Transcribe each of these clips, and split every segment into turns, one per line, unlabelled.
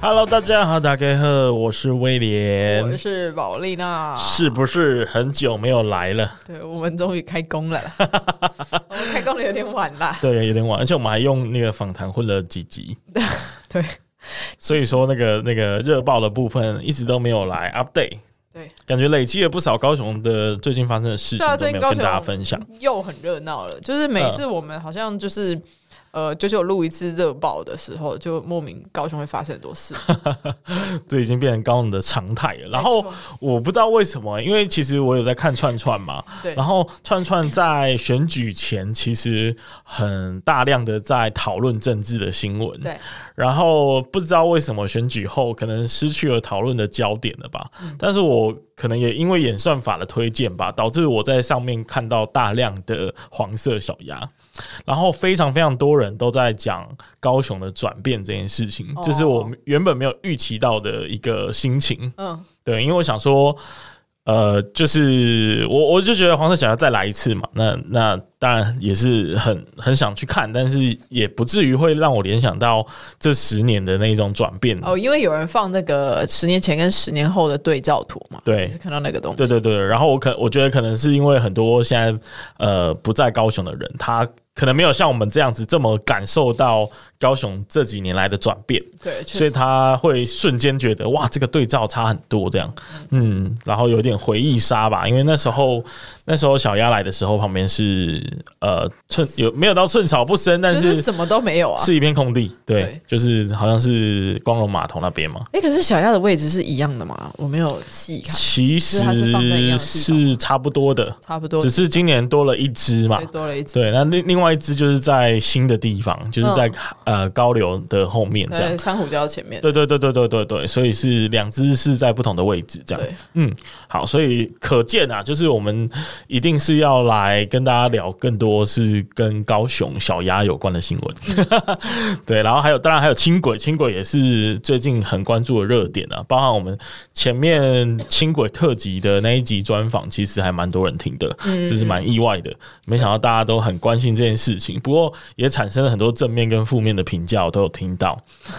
Hello，大家好，大家好，我是威
我
廉，
是啊宝丽娜，
是不是很久没有来了？
对，我们终于开 工了，我们开工的有点晚啦，
对，有点晚，而且我们还用那个访谈混了几集，
对
所以说那个那个热爆的部分一直都没有来 update，
对，
感觉累积了不少高雄的最近发生的事
对啊
情都没有
最近高
跟
雄
大家分享。
又很热闹了，就是每次我们好像就是。呃，九九录一次热爆的时候，就莫名高雄会发生很多事。
这已经变成高冷的常态了。 然后
没错
我不知道为什么，因为其实我有在看串串嘛，
对
然后串串在选举前其实很大量的在讨论政治的新闻，
对，
然后不知道为什么选举后可能失去了讨论的焦点了吧？但是我可能也因为演算法的推荐吧，导致我在上面看到大量的黄色小鸭，然后非常非常多人都在讲高雄的转变这件事情，
哦
这是我原本没有预期到的一个心情。
嗯，
对，因为我想说，呃，就是我我就觉得黄色小鸭再来一次嘛，那那当然也是很很想去看，但是也不至于会让我联想到这十年的那种转变。
哦，因为有人放那个十年前跟十年后的对照图嘛，
对
你是看到那个东西，
对对对，然后我可我觉得可能是因为很多现在呃不在高雄的人，他可能没有像我们这样子这么感受到高雄这几年来的转变，
对，确
所以
实，
他会瞬间觉得哇，这个对照差很多这样，嗯，然后有点回忆杀吧，因为那时候那时候小鸭来的时候，旁边是呃寸有没有到寸草不生，但
就是
是
什么都没有啊。
是一片空地，对，
对
就是好像是光荣码头那边嘛。
哎、可是小亚的位置是一样的嘛？我没有细看，
其
是它是放在一
实
样的地方
是差不多的，
差不多
只，是今啊年多了一只嘛
对，。多了一只。
对，那另另外一只就是在新的地方，就是
嗯
在、呃高流的后面这样
在。珊瑚礁前面，
对对对对对对对，所以是两只是在不同的位置这样
对。
嗯，好，所以可见啊，就是我们一定是要来跟大家聊更多是跟高雄小鸭有关的新闻。
嗯
对，然后还有当然还有轻轨，轻轨也是最近很关注的热点啊，包含我们前面轻轨特辑的那一集专访，其实还蛮多人听的，
嗯
这是蛮意外的，没想到大家都很关心这件事情，不过也产生了很多正面跟负面的评价，我都有听到，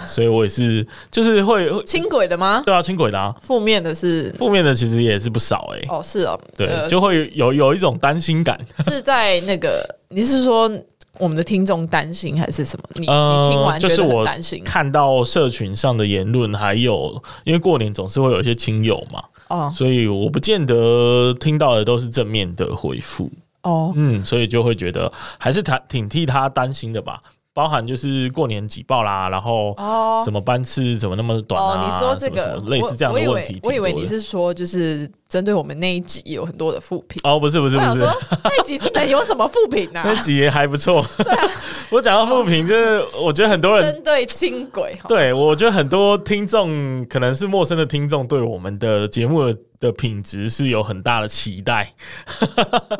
所以我也是就是 会会
轻轨的吗？
对啊，轻轨的啊。
负面的是
负面的其实也是不少哎、欸
哦，是哦，
对，
呃
就会有有一种担心感。
是在那个，你是说我们的听众担心还是什么？你、
呃
你听完
就
觉
是
得
我
很担心
看到社群上的言论，还有因为过年总是会有一些亲友嘛，
哦
所以我不见得听到的都是正面的回复。
哦，
嗯，所以就会觉得还是他挺替他担心的吧。包含就是过年挤爆啦，然后
哦
什么班次怎么那么短啊？
哦，你说这
什么
个
什么类似这样
我
的
我以
问题
为我以为
挺多的
你是说就是针对我们那一集有很多的负评，
哦，不是不是
我
不
想
是
说，那一集 是能有什么负评啊呢、
那集也还不错。
啊
我讲到负评，就是我觉得很多人
针对轻轨，好
对，我觉得很多听众可能是陌生的听众，对我们的节目的品质是有很大的期待。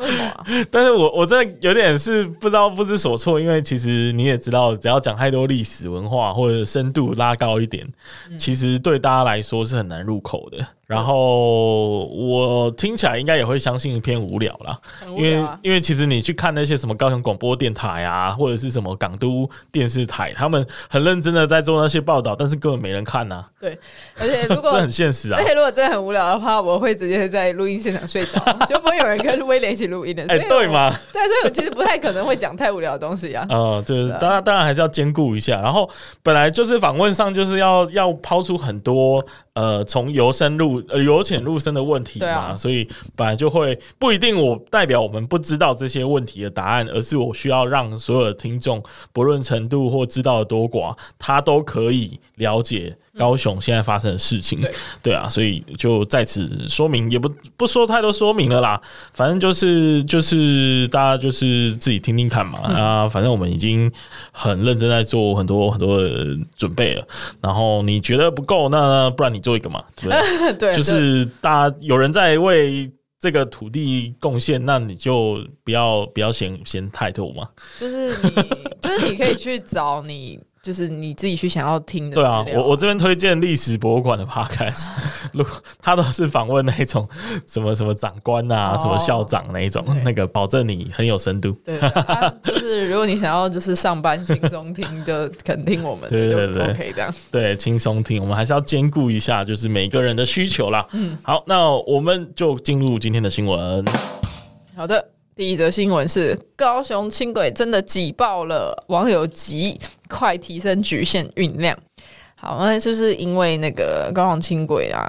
为什么、啊？
但是我我真的有点是不知道不知所措，因为其实你也知道，只要讲太多历史文化或者深度拉高一点，
嗯
其实对大家来说是很难入口的。然后我听起来应该也会相信偏无聊啦，
很无
因为
聊啊。
因为其实你去看那些什么高雄广播电台啊，或者是什么港都电视台，他们很认真的在做那些报道，但是根本没人看呐、
对，而且如
这
果
很现实啊
而。且如果真的很无聊的话，我会直接在录音现场睡着，就不会有人跟威廉一起录音的。
哎、
所以
对
我
嘛，
对，所以我其实不太可能会讲太无聊的东西啊。
嗯，就是当然当然还是要兼顾一下。然后本来就是访问上就是要要抛出很多呃从由深入呃由浅入深的问题嘛，
对啊
所以本来就会不一定我代表我们不知道这些问题的答案，而是我需要让所有的听众不论程度或知道的多寡，他都可以了解高雄现在发生的事情。
对
对啊，所以就在此说明，也不不说太多说明了啦，反正就是就是大家就是自己听听看
嗯
嘛。啊，反正我们已经很认真在做很多很多的准备了。然后你觉得不够，那不然你做一个嘛，对不对？
对，
啊就是大家有人在为这个土地贡献，那你就不要不要嫌嫌太多嘛。
就是你，就是你可以去找你，就是你自己去想要听的资
对
料。
啊，我我这边推荐历史博物馆的 podcast，如 果他都是访问那种什么什么长官啊，
哦
什么校长那一种
对，
那个保证你很有深度。
对，啊就是如果你想要就是上班轻松听，就肯定我们
对
的
对
就
对
OK 这样。
对，轻松听，我们还是要兼顾一下，就是每个人的需求啦。嗯，好，那我们就进入今天的新闻。
好的，第一则新闻是高雄轻轨真的挤爆了，网友急快提升局限运量。好，那就是因为那个高雄轻轨啊，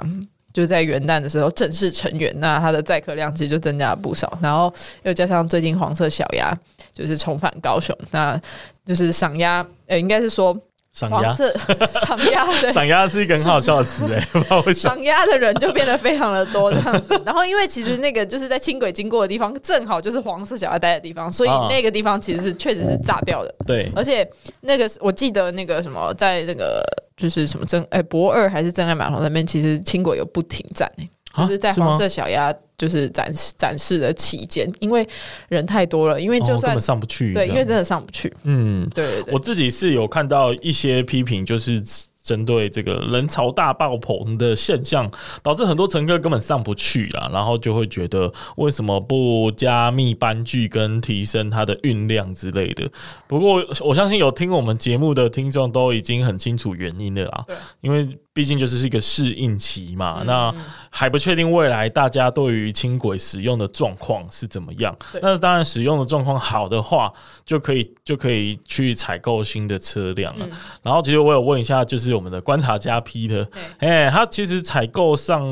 就在元旦的时候正式成员，那它的载客量其实就增加了不少，然后又加上最近黄色小鸭就是重返高雄，那就是赏鸭，呃、应该是说
赏
黄
鸭，
色 赏鸭对。
赏鸭是一个很好笑的词哎、不知道 为什么。
赏鸭的人就变得非常的多这样子。然后因为其实那个就是在轻轨经过的地方，正好就是黄色小鸭待的地方，所以
啊嗯
那个地方其实是确实是炸掉的。
对，
而且那个是我记得那个什么，在那个就是什么真哎博二还是真爱码头那边，其实轻轨有不停站、欸
啊
就是在
吗
黄色小鸭就是展示展示的期间，因为人太多了，因为
哦、
就
根
算、
本上不去。
对，因为
这
真
样
的上不去。
嗯，
对对对
我，自己是有看到一些批评，就是针对这个人潮大爆棚的现象，导致很多乘客根本上不去啦，然后就会觉得为什么不加密班距跟提升它的运量之类的。不过我相信有听我们节目的听众都已经很清楚原因了啦
对，
因为毕竟就是一个适应期嘛，
嗯
那
嗯
还不确定未来大家对于轻轨使用的状况是怎么样
对。
那当然，使用的状况好的话，就可以就可以去采购新的车辆了。
嗯
然后，其实我有问一下，就是我们的观察家 Peter，哎、他其实采购上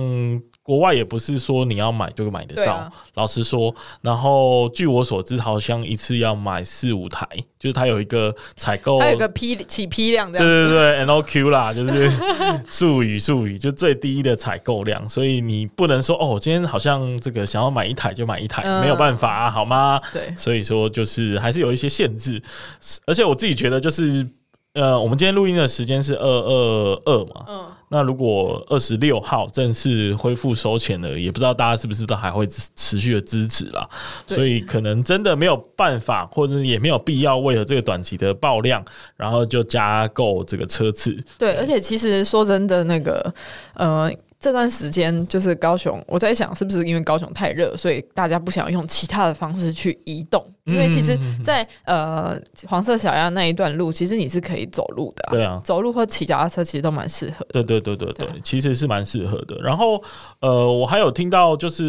国外也不是说你要买就买得
对
到，
啊
老实说。然后据我所知，好像一次要买四五台，就是他有一个采购，
还有一个批起批量这
对
样。
对对，N O Q 啦，就是 术语术语，就最低的采购量，所以你不能说哦，今天好像这个想要买一台就买一台，
嗯
没有办法、啊，好吗？
对
所以说就是还是有一些限制，而且我自己觉得就是。呃，我们今天录音的时间是二二二嘛，
嗯，
那如果二十六号正式恢复收钱了，也不知道大家是不是都还会支持续的支持啦。
对
所以可能真的没有办法，或者是也没有必要为了这个短期的爆量，然后就加购这个车次。
对，而且其实说真的，那个呃，这段时间就是高雄，我在想是不是因为高雄太热，所以大家不想用其他的方式去移动？因为其实
嗯
在，呃黄色小鸭那一段路，其实你是可以走路的啊、
对啊，
走路或骑脚踏车其实都蛮适合的。
对对对对对
对啊，
其实是蛮适合的。然后呃，我还有听到，就是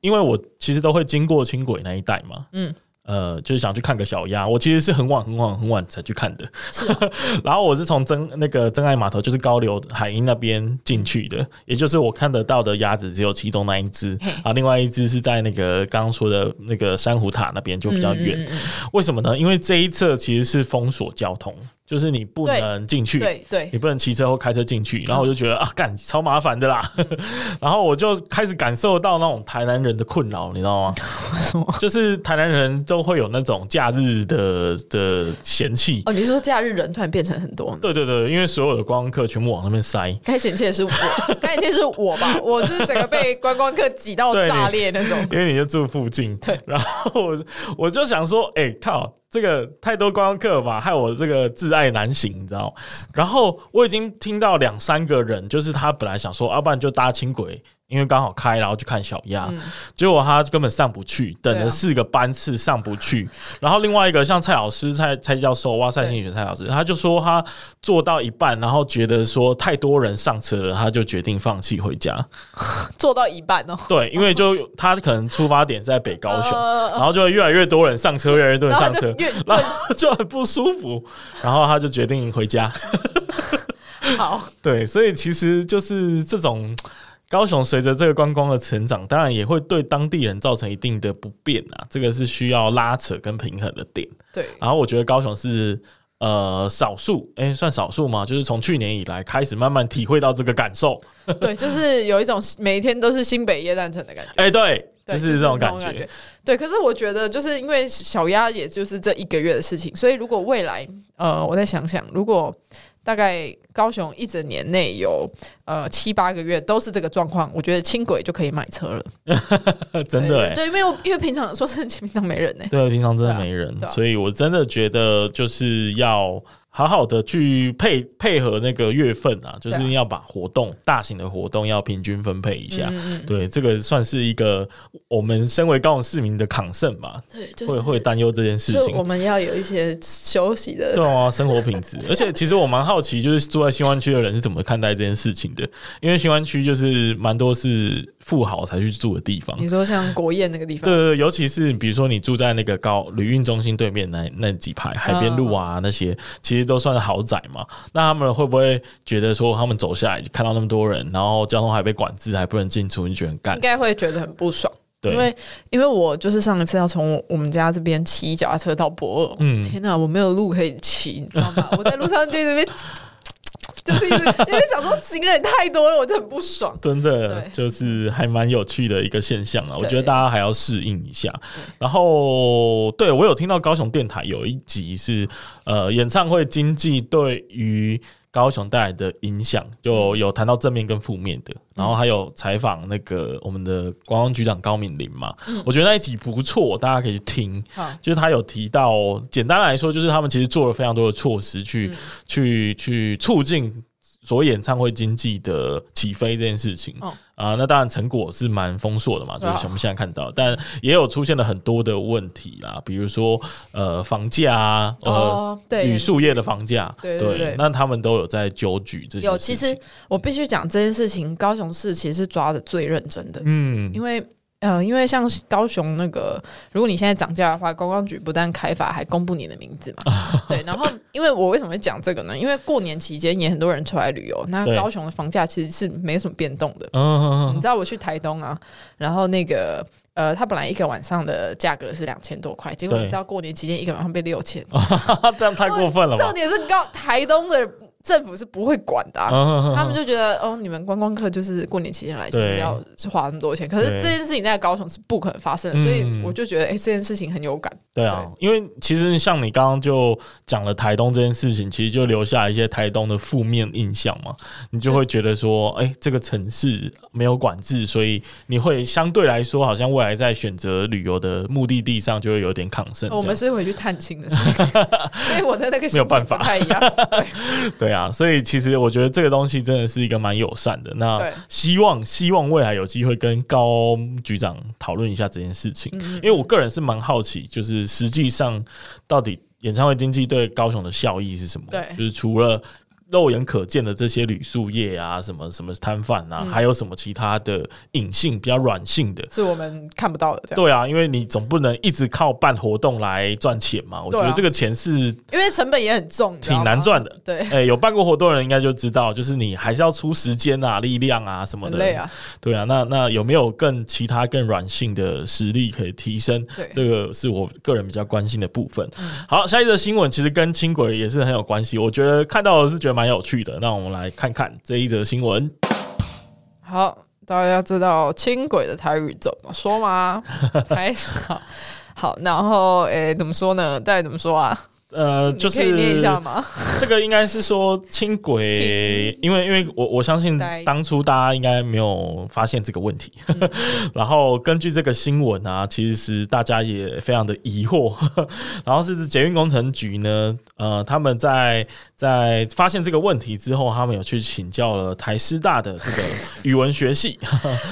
因为我其实都会经过轻轨那一带嘛，
嗯。
呃，就是想去看个小鸭，我其实是很晚、很晚、很晚才去看的。
是啊
然后我是从真那个真爱码头，就是高流海鹰那边进去的，也就是我看得到的鸭子只有其中那一只，
嘿
啊，另外一只是在那个刚刚说的那个珊瑚塔那边就比较远。
嗯嗯嗯
为什么呢？因为这一侧其实是封锁交通，就是你不
对
能进去，
对对
你不能骑车或开车进去，然后我就觉得啊，干超麻烦的啦。 然后我就开始感受到那种台南人的困扰，你知道吗？
什么？
就是台南人都会有那种假日的的嫌弃。
哦，你是说假日人突然变成很多？
对对对，因为所有的观光客全部往那边塞，
该嫌弃的 是我，该嫌弃的是我吧？我就是整个被观光客挤到
对你
炸裂那种。
因为你就住附近。
对，
然后我我就想说，哎、靠，这个太多观光客了吧，害我这个挚爱难行，你知道？然后我已经听到两三个人，就是他本来想说，要、啊不然就搭轻轨。因为刚好开，然后去看小鸭，结果他根本上不去，等
嗯对
了
啊
四个班次上不去。然后另外一个像蔡老师、蔡蔡教授、哇塞
对
心理学蔡老师，他就说他做到一半，然后觉得说太多人上车了，他就决定放弃回家。
做到一半哦，
对，因为就他可能出发点是在北高 雄，
呃
然后就会越来越多人上车，越来越多人
然后
上
就
车，
越
然后就很不舒服，然后他就决定回 家。
好。
对，所以其实就是这种。高雄随着这个观光的成长，当然也会对当地人造成一定的不便啊，这个是需要拉扯跟平衡的点。
对，
然后我觉得高雄是呃少数，哎、算少数吗？就是从去年以来开始慢慢体会到这个感受。
对，就是有一种每天都是新北夜诞城的感觉。
哎、对，
对
就是这种感觉。
觉。对，可是我觉得，就是因为小鸭也就是这一个月的事情，所以如果未来，呃，我再想想，如果大概高雄一整年内有呃七八个月都是这个状况，我觉得轻轨就可以买车了。
真的、
对
欸，
对，因为我因为平常说真的，平常没人呢、
对，平常真的
对啊
没人，
对啊
所以我真的觉得就是要好好的去配配合那个月份啊，就
对
是
啊
要把活动、大型的活动要平均分配一
嗯
下。对，这个算是一个我们身为高雄市民的抗胜吧，
对，就
会会担忧这件事情。
们要有一些休息的
对啊，生活品质。 而且其实我蛮好奇，就是住在新湾区的人是怎么看待这件事情的？因为新湾区就是蛮多是富豪才去住的地方。
你说像国宴那个地方，
对对对，尤其是比如说你住在那个高旅运中心对面那那几排海边路
嗯
啊那些，其实都算是豪宅嘛。那他们会不会觉得说他们走下来就看到那么多人，然后交通还被管制，还不能进出，你就觉得很干
应？该会觉得很不爽。
对，
因为因为我就是上一次要从我们家这边骑脚踏车到博尔，
嗯
天哪，我没有路可以骑，你知道 吗？我在路上就一直被，就是一直因为想说行人太多了，我就很不爽。
真的
对
就是还蛮有趣的一个现象啊，我
对
觉得大家还要适应一下。然后，对我有听到高雄电台有一集是呃演唱会经济对于高雄带来的影响，就
嗯
有谈到正面跟负面的，然后还有采访那个我们的观光局长高敏玲嘛，
嗯
我觉得那一集不错，大家可以去听。
好，
就是他有提到，简单来说，就是他们其实做了非常多的措施去、
嗯
去去促进所谓演唱会经济的起飞这件事情啊、
哦
那当然成果是蛮丰硕的嘛，就
对
是
啊
我们现在看到，但也有出现了很多的问题啦，比如说呃房价啊，呃、
哦对
旅宿业的房价，
对对对
那他们都有在纠举这些
有，
事
其
情
实我必须讲这件事情，高雄市其实是抓的最认真的，
嗯
因为。呃，因为像高雄那个，如果你现在涨价的话，观光局不但开罚，还公布你的名 字嘛。对，然后因为我为什么会讲这个呢？因为过年期间也很多人出来旅游，那
对
高雄的房价其实是没什么变动的。
嗯
你知道我去台东啊，然后那个呃，他本来一个晚上的价格是两千多块，结果
对哦
你知道过年期间一个晚上被六千，
嗯 这样太过分了吧
重？点是高台东的政府是不会管的啊、
嗯
他们就觉得哦，你们观光客就是过年期间来，就是
对
要花那么多钱。可是
对
这件事情在高雄是不可能发生的，
嗯
所以我就觉得，哎、这件事情很有感。
对啊，因为其实像你刚刚就讲了台东这件事情，其实就留下一些台东的负面印象嘛，你就会觉得说，哎、这个城市没有管制，所以你会相对来说，好像未来在选择旅游的目的地上就会有点抗胜。
哦我们是回去探亲的，所 以所以我的那个心
没有
情
办法
不太一样。对
对啊，所以其实我觉得这个东西真的是一个蛮友善的。那
对
希望希望未来有机会跟高局长讨论一下这件事情，
嗯
因为我个人是蛮好奇，就是实际上到底演唱会经济对高雄的效益是什么？
对
就是除了。肉眼可见的这些旅宿业啊，什么什么摊贩啊，
嗯
还有什么其他的隐性、比较软性的？
是我们看不到的，这样，
对啊，因为你总不能一直靠办活动来赚钱嘛。我觉
对
得
啊
这个钱是
因为成本也很重，你知道
挺
吗
难。赚的。
对，
哎、有办过活动的人应该就知道，就是你还是要出时间啊、力量啊什么
很
的。
累啊。
对啊，那那有没有更其他更软性的实力可以提升？
对嗯
这个是我个人比较关心的部分。好，下一则新闻其实跟轻轨也是很有关系，我觉得看到的是觉得蛮有趣的。那我们来看看这一则新闻。
好，大家知道轻轨的台语怎么 说吗？台好，好，然后诶、怎么说呢？大概怎么说啊？
呃，
你
就是
可以念一下吗？
这个应该是说轻轨，因为因为我我相信
呆
当初大家应该没有发现这个问题， 然后根据这个新闻啊，其实大家也非常的疑惑， 然后是捷运工程局呢，呃，他们在在发现这个问题之后，他们有去请教了台师大的这个语文学系，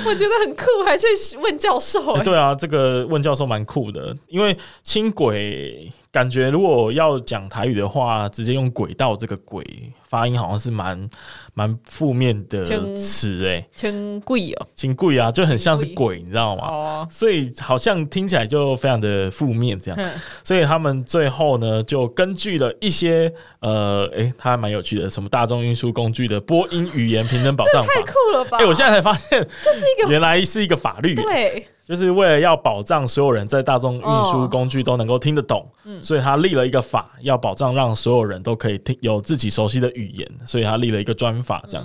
我觉得很酷，还去问教授、
欸
欸。
对啊，这个问教授蛮酷的，因为轻轨感觉如果要讲台语的话，直接用轨道这个轨发音好像是蛮蛮负面的
轻
词诶、欸，
轻贵哦，
轻贵啊，就很像是
轻
鬼，你知道吗？
哦，
所以好像听起来就非常的负面这样。
嗯，
所以他们最后呢，就根据了一些呃，诶、它还蛮有趣的，什么大众运输工具的播音语言平等保障法。
酷了吧？
哎、我现在才发现，
这是一个
原来是一个法律、欸。
对，
就是为了要保障所有人在大众运输
哦
工具都能够听得懂，所以他立了一个法，要保障让所有人都可以听有自己熟悉的语言，所以他立了一个专法这样。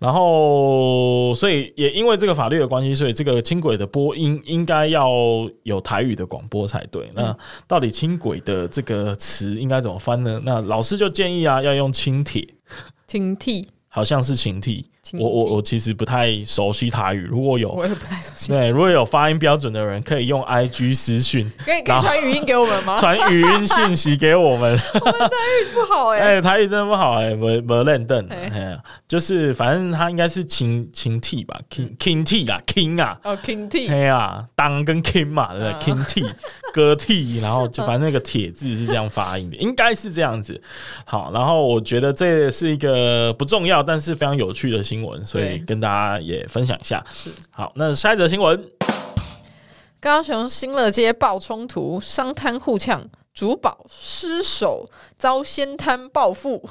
然后，所以也因为这个法律的关系，所以这个轻轨的播音应该要有台语的广播才对。那到底轻轨的这个词应该怎么翻呢？那老师就建议啊，要用轻铁。
警惕，
好像是秦体，
秦
我我
体
我其实不太熟悉台语，如果有
我也不太熟悉。
对如果有发音标准的人，可以用 I G 私讯
可以可
然
以
后
传语音给我们吗？
传语音信息给我 们。
不好哎、
哎、台语真的不好哎、没没认凳，
哎
哎呀就是反正他应该是秦秦体吧，king
嗯
king 体啦，king 啊。
哦，警惕，
哎呀，当跟 king 嘛，对不对、
嗯啊
k i n g T 哥 T，然后就反正那个铁字是这样发音的，应该是这样子。好，然后我觉得这是一个不重要但是非常有趣的新闻，所以
对
跟大家也分享一下。好，那下一则新闻，
高雄新乐街爆冲突，商摊互呛，主保失手遭仙摊报 复。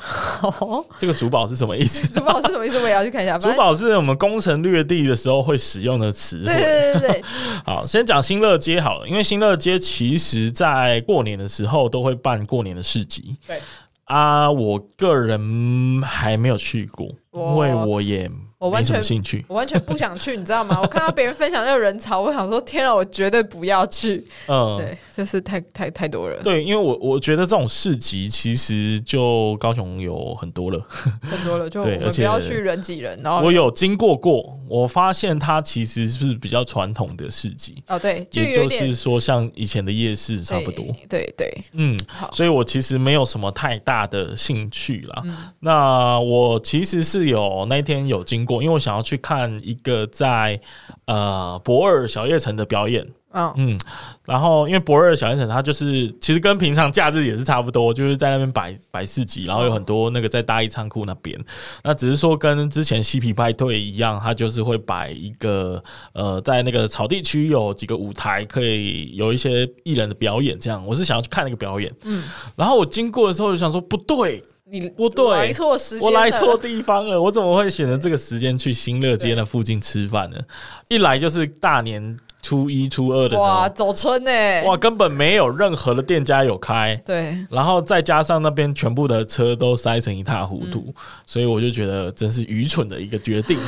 这个主保是什么意思？
主保是什么意思？我也要去看一下。
主
反正
保是我们攻城略地的时候会使用的词
对
汇。
对对对对，
好，先讲新乐街好了，因为新乐街其实在过年的时候都会办过年的市集。
对
啊，我个人还没有去过，因
我
为我也
我完
没什么
全
兴趣。
我完全不想去，你知道吗？我看到别人分享那个人潮，我想说天啊，我绝对不要去。
嗯，
对，就是太太太多人，
对，因为我我觉得这种市集其实就高雄有很多了，
很多了，就我
对
们
而
不
且
要去人挤人。然后
我有经过过，我发现它其实是比较传统的市集，
哦，对，就
也
有
就
点
是说像以前的夜市差不多。
对对对，
嗯，
好
所以我其实没有什么太大的兴趣啦。
嗯
那我其实是有那天有经过，因为我想要去看一个在呃博尔小夜城的表演。
嗯，
嗯，然后因为博尔小夜城它就是其实跟平常假日也是差不多，就是在那边摆摆市集，然后有很多那个在大义仓库那边，那只是说跟之前嬉皮派对一样，它就是会摆一个呃在那个草地区有几个舞台，可以有一些艺人的表演这样。我是想要去看那个表演，嗯，然后我经过的时候就想说不对，
你
不对
来错时间，
我来错，地方了，我怎么会选择这个时间去新乐街那附近吃饭呢？一来就是大年初一、初二的时候
哇，。走春呢、
哇，根本没有任何的店家有开，
对，
然后再加上那边全部的车都塞成一塌糊
嗯
涂，所以我就觉得真是愚蠢的一个决 定。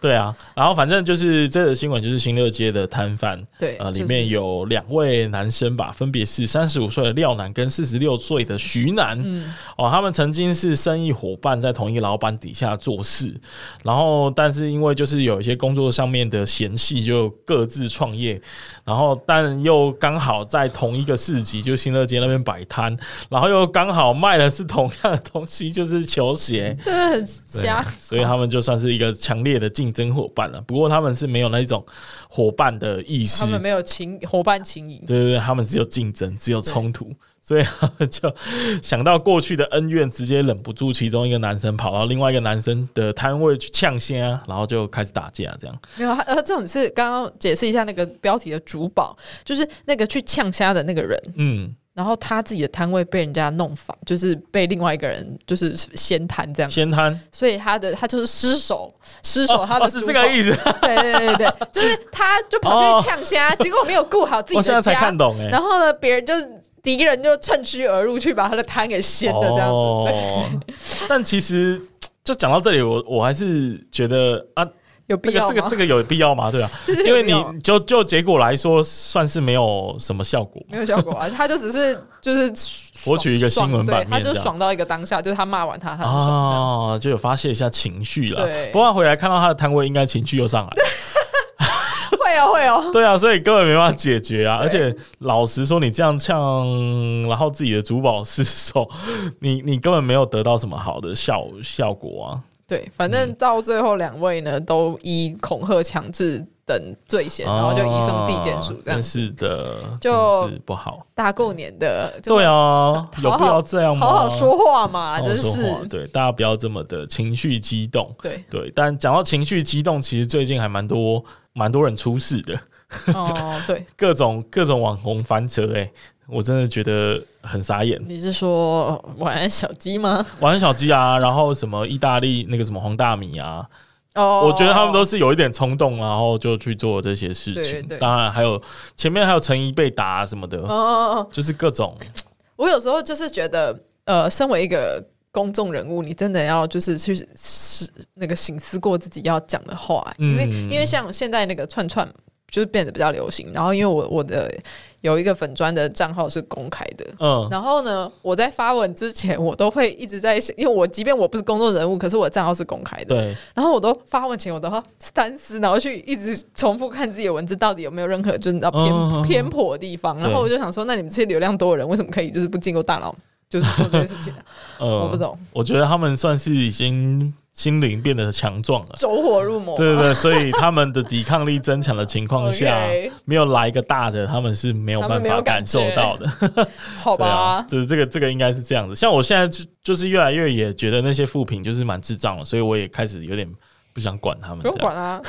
对啊，然后反正就是这个新闻，就是新乐街的摊贩，
对
呃，
就
里
是
面有两位男生吧，分别是三十五岁的廖男跟四十六岁的徐男，
嗯
哦，他们曾经是生意伙伴，在同一个老板底下做事，然后但是因为就是有一些工作上面的嫌隙，就各自创业，然后但又刚好在同一个市集，就新乐街那边摆摊，然后又刚好卖的是同样的东西，就是球鞋。
真的很
对啊
瞎。
所以他们就算是一个强烈的竞争伙伴了。不过他们是没有那一种伙伴的意识
他，们没有情伙伴情谊，
对对对，他们只有竞争，只有冲突，所以他们就想到过去的恩怨，直接忍不住其中一个男生跑到另外一个男生的摊位去呛先啊，然后就开始打架这样。
没有他呃，这种是刚刚解释一下那个标题的主保，就是那个去呛虾的那个人，
嗯，
然后他自己的摊位被人家弄反，就是被另外一个人就是先摊这样，
先摊，
所以他的他就是失手，失手
哦
他
哦
的
是
主
这
保
个意思，
对对对对，对，就是他就跑去呛虾，结果没有顾好自己
我
的
现
家，
在才看懂哎、
然后呢，别人就是敌人就趁虚而入去把他的摊给掀了这样子。
哦，但其实就讲到这里，我我还是觉得啊，这
有必
个
要吗？
这个这个有必要吗？对啊，
这是
因为
有必要
你就就结果来说，算是没有什么效果。
没有效果 啊，他就只是就是爽
博取一个新闻版
爽
面
对，他就
这样
爽到一个当下，就是他骂完他，他很爽。
哦，就有发泄一下情绪了。
对
不过回来看到他的摊位，应该情绪又上来。
会哦会哦，
对啊，所以根本没办法解决啊！而且老实说，你这样呛，然后自己的珠宝失手，你你根本没有得到什么好的效效果啊。
对，反正到最后两位呢，都以恐吓、强制等罪嫌，然后就移送地检署这
啊真。
样
是的，
就
真是不好。
大过年的，就
对啊，有必要这样吗？
好好说话嘛，
好好
真
说
是
话。对，大家不要这么的情绪激动。
对
对，但讲到情绪激动，其实最近还蛮多蛮多人出事的。
哦， 对，
各种各种网红翻车、欸，我真的觉得很傻眼。
你是说晚安小鸡吗？
晚安小鸡啊，然后什么意大利那个什么黄大米啊，
哦，
我觉得他们都是有一点冲动，啊然后就去做这些事
对
情。
对
当然还有前面还有陈怡被打啊什么
哦
的，
哦哦，
就是各种
我有时候就是觉得，呃，身为一个公众人物，你真的要就是去思那个醒思过自己要讲的话、
嗯
因为因为像现在那个串串就是变得比较流行，然后因为我我的有一个粉砖的账号是公开的。
嗯
然后呢，我在发文之前，我都会一直在想，因为我即便我不是公众人物，可是我的账号是公开的，
对，
然后我都发问前，我都会三思，然后去一直重复看自己的文字到底有没有任何就是你知道偏、
嗯嗯嗯
偏颇的地方。然后我就想说，那你们这些流量多的人，为什么可以就是不经过大脑就是做这些事情 啊、
呃，
我不懂，
我觉得他们算是已经心灵变得强壮了。
走火入魔。
对对对，所以他们的抵抗力增强的情况 下
OK
没有来一个大的，他们是没有
他
办
们没有
法感
感
受
觉
到的。
好
对
吧、
啊，就是这个这个应该是这样子。像我现在就就是越来越也觉得那些副评就是蛮智障了，所以我也开始有点不想管他们。
不用管。啊。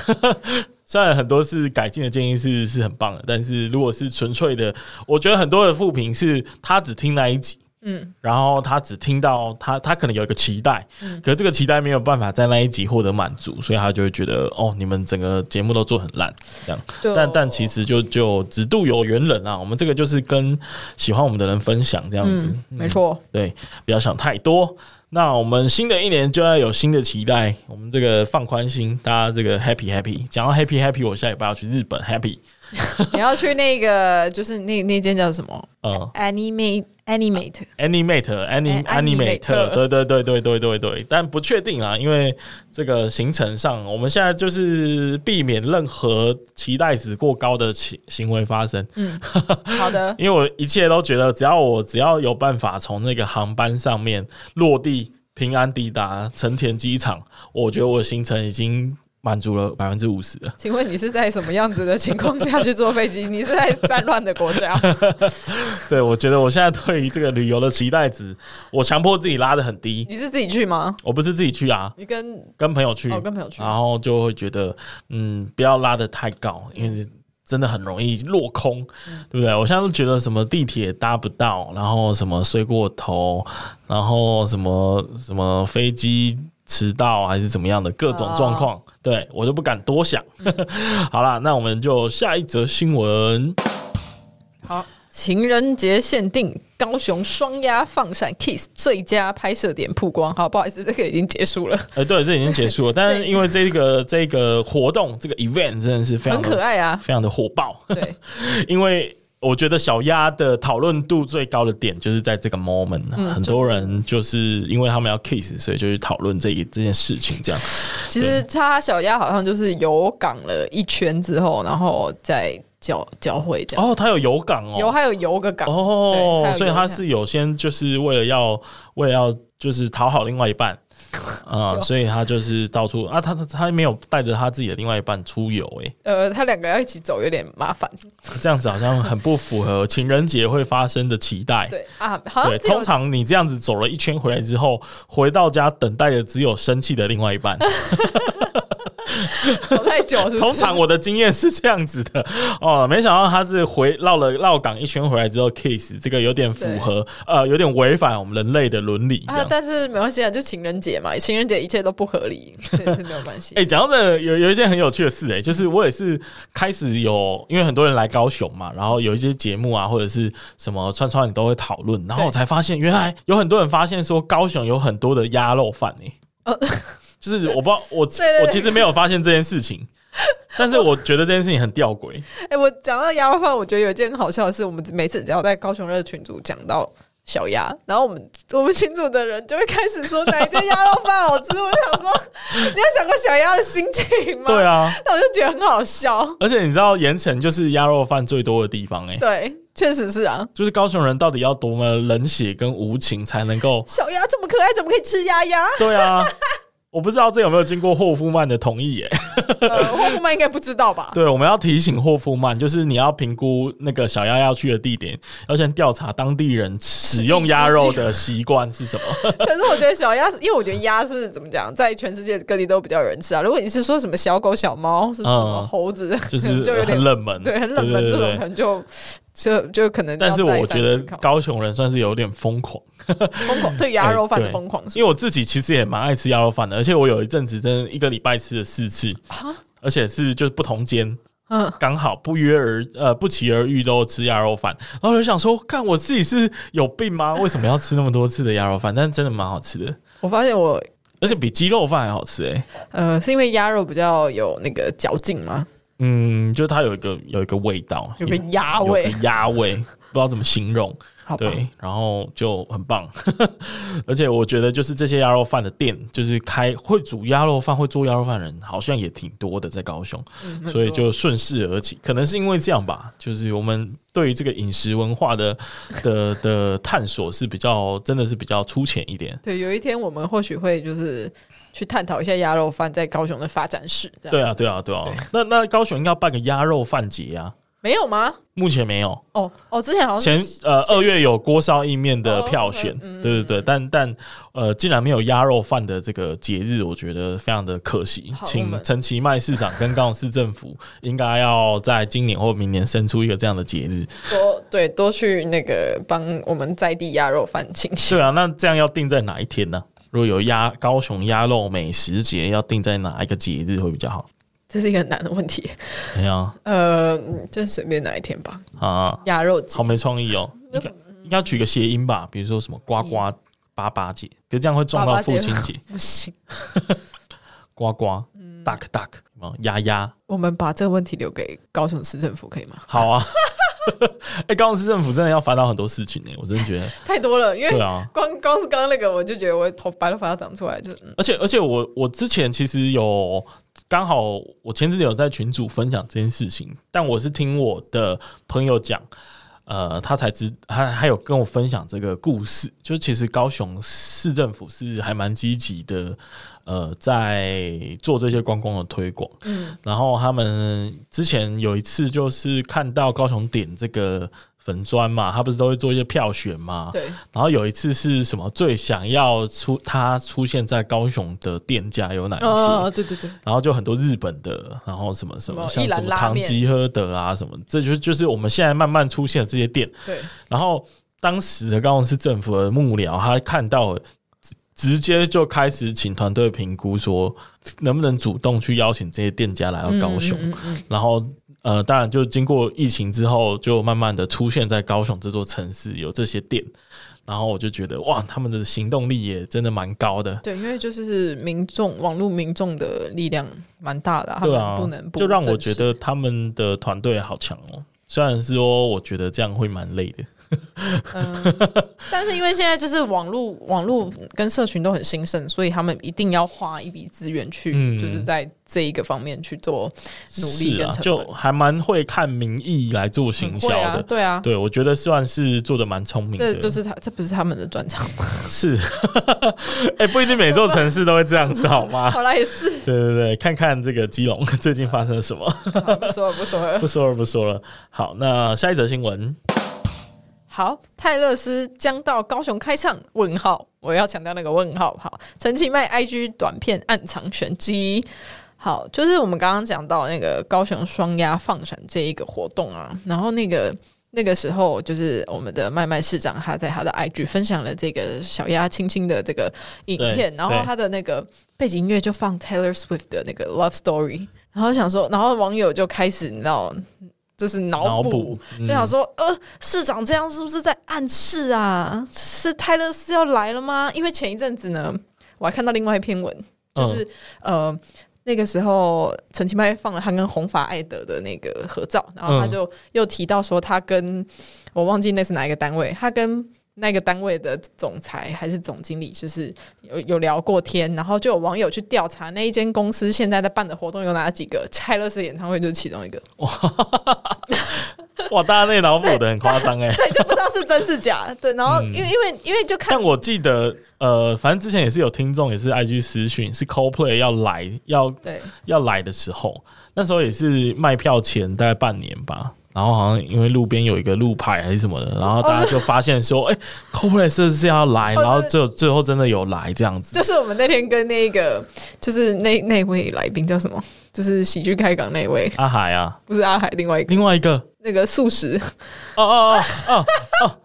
虽然很多是改进的建议是是很棒的，但是如果是纯粹的，我觉得很多的副评是他只听那一集。
嗯，
然后他只听到他，他可能有一个期待，
嗯
可是这个期待没有办法在那一集获得满足，所以他就会觉得哦，你们整个节目都做很烂这样。
就
但但其实就就只渡有缘人啊，我们这个就是跟喜欢我们的人分享这样子，
嗯，没错。
对，不要想太多。那我们新的一年就要有新的期待，我们这个放宽心，大家这个 happy happy。讲到 happy happy，我下礼拜要去日本 happy，
你要去那个就是那那间叫什么哎
嗯。
Animate Animate，
Animate Anim
哎
Animate，
Animate
对对对对对对对，但不确定啊，因为这个行程上，我们现在就是避免任何期待值过高的行行为发生，
好 的，
因为我一切都觉得，只要我只要有办法从那个航班上面落地，平安抵达成田机场，我觉得我的行程已经满足了百分之五十了。
请问你是在什么样子的情况下去坐飞机？你是在战乱的 国家？
对，我觉得我现在对于这个旅游的期待值，我强迫自己拉得很低。
你是自己去吗？
我不是自己去啊，
你跟
跟朋友去，
哦跟朋友去
然后就会觉得，嗯，不要拉得太高，
嗯
因为真的很容易落空，对不对？我现在都觉得什么地铁搭不到，然后什么睡过头，然后什么什么飞机迟到还是怎么样的各种状况，对我都不敢多想。
嗯
好啦，那我们就下一则新闻。
好，情人节限定高雄双鸭放闪 Kiss 最佳拍摄点曝光。好，不好意思，这个已经结束了，
呃，对，这已经结束了，但是因为这个这个活动这个 event 真的是非
很
常的
可爱 啊。
非常的火爆。
对，
因为我觉得小鸭的讨论度最高的点就是在这个 moment，、很啊
嗯
多人就是因为他们要 kiss，所以就去讨论这一这件事情。这样，
其实他小鸭好像就是游港了一圈之后，然后再交交汇这样。
哦，他有有港哦，
游还有游个港，对还
哦
有，
所以
有
他
港
是有先就是为了要为了要就是讨好另外一 半。啊、
有
所以他就是到处啊，他他他没有带着他自己的另外一半出游，诶，
呃，他两个要一起走有点麻烦。
这样子好像很不符合情人节会发生的期待。
对啊，好像
对，
只有
通常你这样子走了一圈回来之后，回到家等待的只有生气的另外一 半。
走太 久是不是，
通常我的经验是这样子的哦，没想到他是回绕了绕港一圈回来之后 kiss，这个有点符合呃，有点违反我们人类的伦理这
啊
样，。
但是没关系啊，就情人节嘛，情人节一切都不合理，所以是没有关系。
哎、讲到这个有有一件很有趣的事、哎，就是我也是开始有，因为很多人来高雄嘛，然后有一些节目啊，或者是什么串串，你都会讨论，然后我才发现，原来有很多人发现说高雄有很多的鸭肉饭、哎，
呃
就是我不知道我
对对
我其实没有发现这件事 情，但是我觉得这件事情很吊诡，
哎、我讲到鸭肉饭，我觉得有一件很好笑的是，我们每次只要在高雄热群组讲到小鸭，然后我们我们群组的人就会开始说哪一间鸭肉饭好吃。我就想说，你有想过小鸭的心情吗？
对，啊。
那我就觉得很好笑。
而且你知道盐城就是鸭肉饭最多的地方哎、
对，确实是啊，
就是高雄人到底要多么冷血跟无情才能够？
小鸭这么可爱，怎么可以吃鸭鸭？
对啊，我不知道这有没有经过霍夫曼的同意哎耶、
呃，后妈应该不知道 吧？
对，我们要提醒霍夫曼，就是你要评估那个小鸭要去的地点，要先调查当地人使用鸭肉的习惯是 什么。
可是我觉得小鸭是，因为我觉得鸭是怎么讲，在全世界各地都比较有人吃啊。如果你是说什么小狗、小猫，是不是什么
嗯
猴子，
就是
就有点
很冷门，
对，很冷门
对
这
对
种
对
可能就就就可能要
但
再
是
三思考。
我觉得高雄人算是有点疯狂，
疯狂对鸭肉饭的
哎对
疯狂是
因为我自己其实也蛮爱吃鸭肉饭的，而且我有一阵子真的一个礼拜吃了四次，
啊，
而且是就是不同间，
嗯，
刚好不约而呃不期而遇都吃鸭肉饭，然后我就想说，看我自己是有病吗？为什么要吃那么多次的鸭肉饭？但真的蛮好吃的，
我发现我
而且比鸡肉饭还好吃诶、欸
呃是因为鸭肉比较有那个嚼劲嘛，
嗯，就它有一个有一个味道，
有个鸭
有
味
个，鸭味，不知道怎么形容。
好吧？
对，然后就很棒， 而且我觉得就是这些鸭肉饭的店，就是开会煮鸭肉饭、会做鸭肉饭的人，好像也挺多的，在高雄，
嗯
所以就顺势而起。可能是因为这样吧，就是我们对于这个饮食文化的的的探索是比较，真的是比较粗浅一点。
对，有一天我们或许会就是去探讨一下鸭肉饭在高雄的发展史，这样
对啊，对啊，对啊。那那高雄应该要办个鸭肉饭节啊，
没有吗？
目前没有。
哦哦，之前好像
前
是
呃
是
二月有锅烧意面的票选，
哦，OK，嗯
对对对，但但呃竟然没有鸭肉饭的这个节日，我觉得非常的可惜。
好我
请
们
陈其迈市长跟高雄市政府应该要在今年或明年生出一个这样的节日。
多对多去那个帮我们在地鸭肉饭请
对啊，那这样要定在哪一天呢？如果有鸭高雄鸭肉美食节，要定在哪一个节日会比较好？
这是一个很难的问题。
怎样
呃，嗯就随便哪一天吧，
啊？
鸭肉节
好没创意哦，应该应该要取个谐音吧，比如说什么呱呱八八节，可是这样会撞到
八八
父
节
亲节。
不行。
呱呱、duck
嗯
duck，有没有鸭鸭，
我们把这个问题留给高雄市政府可以吗？
好啊。 哎、高雄市政府真的要烦恼很多事情呢、我真的觉得，
太多 了，因为
对啊。
光光是刚刚那个，我就觉得我头白头发要长出来，就嗯
而且而且我我之前其实有刚好我前阵子有在群组分享这件事情，但我是听我的朋友讲，呃，他才知他还有跟我分享这个故事，就其实高雄市政府是还蛮积极的，呃，在做这些观光的推广。
嗯，
然后他们之前有一次就是看到高雄点这个粉砖嘛，他不是都会做一些票选嘛，
对，
然后有一次是什么最想要出它出现在高雄的店家有哪一些？
哦，对对对，
然后就很多日本的，然后什么什么，
什么
像
一兰
什么
拉
唐
面
吉诃德啊什么，这就就是我们现在慢慢出现的这些店。
对，
然后当时的高雄市政府的幕僚，他看到了直直接就开始请团队评估说，能不能主动去邀请这些店家来到高雄。
嗯嗯嗯
然后呃，当然就经过疫情之后，就慢慢的出现在高雄这座城市有这些店，然后我就觉得哇，他们的行动力也真的蛮高的。
对，因为就是民众网络民众的力量蛮大的啊，他
对
们
啊，
不能不
就让我
正
觉
视
得他们的团队好强哦。虽然说我觉得这样会蛮累的，
嗯 但是因为现在就是网络网络跟社群都很兴盛，所以他们一定要花一笔资源去，
嗯
就是在这一个方面去做努力
是
跟
啊，
成
就
本。
还蛮会看民意来做行
很
销
会啊
的。，
对啊，
对，我觉得算是做的蛮聪明
这
的，
就是他，这不是他们的 专长。
是，哎、不一定每座城市都会这样子，好吗？
好啦，也是，
对对对，看看这个基隆最近发生了什么。
好不说了，不说了。
不说了，不说了。好，那下一则新闻，
好，泰勒斯将到高雄开唱？问号，我要强调那个问号。好，陈其迈 IG 短片暗藏玄机。好，就是我们刚刚讲到那个高雄双鸭放闪这一个活动啊，然后那个那个时候，就是我们的麦麦市长他在他的 IG 分享了这个小鸭亲亲的这个影片，
对
然后
对
他的那个背景音乐就放 Taylor Swift 的那个 Love Story，然后想说，然后网友就开始你知道，就是
脑
脑补
补，
就想说，呃，市长这样是不是在暗示啊？是泰勒斯要来了吗？因为前一阵子呢，我还看到另外一篇文，
嗯
就是、呃，那个时候陈其迈放了他跟红发艾德的那个合照，然后他
嗯
就又提到说，他跟我忘记那是哪一个单位，他跟。那个单位的总裁还是总经理，就是有有聊过天，然后就有网友去调查那一间公司现在在办的活动有哪几个，泰勒斯演唱会就是其中一个。
嗯哇，大家那脑补的很夸 张哎。
对，就不知道是真是假。对，然后
嗯
因为、因为因为就看
但我记得，呃，反正之前也是有听众也是 IG 私讯，是 CoPlay 要来要
对
要来的时候，那时候也是卖票前大概半年吧。然后好像因为路边有一个路牌还是什么的，然后大家就发现说，哎、c o p l a y 是不是要来？然后最后最后真的有来这样子。
就是我们那天跟那个就是那那位来宾叫什么？就是喜剧开港那位，
阿海啊，
不是阿海，另外一个
另外一个
那个素食，
哦哦哦 哦，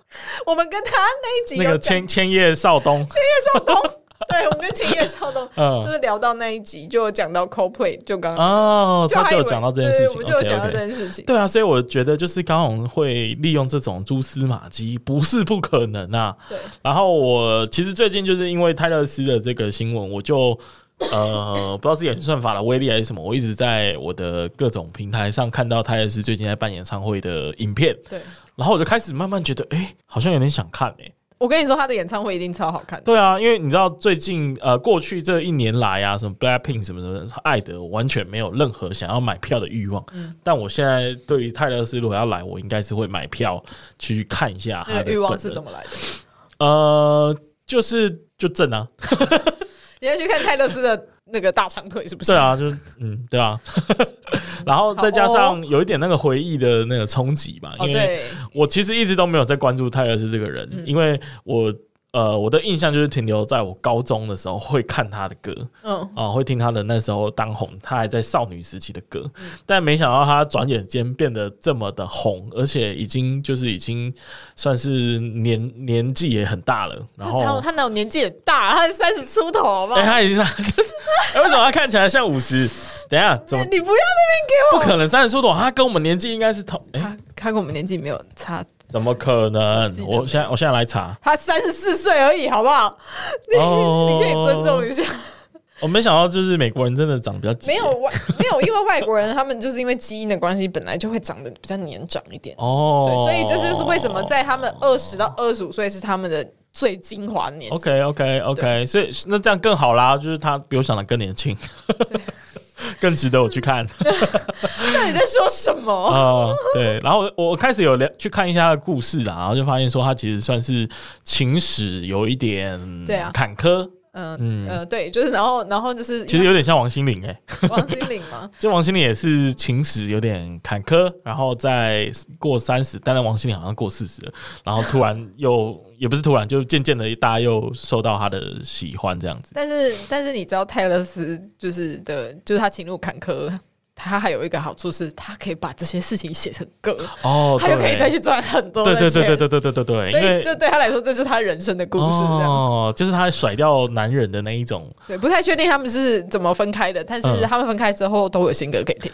我们跟他那一集
那
有
个
讲
千千叶少东，
少东，对，我们跟千叶少东
嗯
就是聊到那一集，就有讲到 CoPlay，就刚刚
哦，他
还
就
以
有
为
讲到这件事
对
情，
我们就有讲到
OK，OK
这件事情。
对啊，所以我觉得就是高雄会利用这种蛛丝马迹，不是不可能啊。
对，
然后我其实最近就是因为泰勒斯的这个新闻，我就呃不知道是演算法的威力还是什么，我一直在我的各种平台上看到泰勒斯最近在办演唱会的影片，
对，
然后我就开始慢慢觉得，哎、好像有点想看哎、
我跟你说，他的演唱会一定超好看的。
对啊，因为你知道最近呃，过去这一年来啊，什么 Blackpink 什么什么，爱的我完全没有任何想要买票的欲望。但我现在对于泰勒斯如果要来，我应该是会买票去看一下他
那
的
个欲望是怎
么？
么来的？
呃，就是就正啊，
你要去看泰勒斯的那个大长腿是不是？
对，啊，就是嗯，对啊。 然后再加上有一点那个回忆的那个冲击吧，
哦
因为
对，嗯
我其实一直都没有在关注泰勒斯这个人，因为我呃我的印象就是停留在我高中的时候会看他的歌，
嗯，
啊、会听他的那时候当红，他还在少女时期的歌，
嗯
但没想到他转眼间变得这么的红，而且已经就是已经算是年年纪也很大了，然后
他他那种年纪也大，他三十出头，好不好
哦哎、？他已经 哎为什么他看起来像五十？等一下怎么
你不要那
不
边给我，
可能三十出头？他跟我们年纪应该是同哎、
他他跟我们年纪没有差，
怎么可能
记？得
我现在我现在来查
他三十四岁而已，好不好？你、
哦
你可以尊重一下。
我没想到就是美国人真的长得比较急
没有外没有，因为外国人他们就是因为基因的关系，本来就会长得比较年长一点，
哦，
对，所以这就是为什么在他们二十到二十五岁是他们的最精华的年纪。
OK OK OK，所以那这样更好啦，就是他比我想的更年 轻，更值得我去看
那你在说什
啊、
么？
呃对，然后我我开始有了去看一下他的故事啦，然后就发现说他其实算是情史有一点
对啊
坎坷，
嗯嗯、呃，对，就是然后然后就是
其实有点像王心凌哎、
王心凌嘛，
就王心凌也是情史有点坎坷，然后在过三十，当然王心凌好像过四十了，然后突然又也不是突然，就渐渐的大家又受到他的喜欢这样子。
但是但是你知道泰勒斯就是的，就是他情路坎坷。他还有一个好处是，他可以把这些事情写成歌，
哦，
他又可以
对
再去赚很多的
对
钱。
对对对对对对对对，
所
因为
以这对他来说，这是他人生的故事，这样。
哦，就是他甩掉男人的那一种，
对，不太确定他们是怎么分开的，但是
嗯
他们分开之后都有新歌可以听。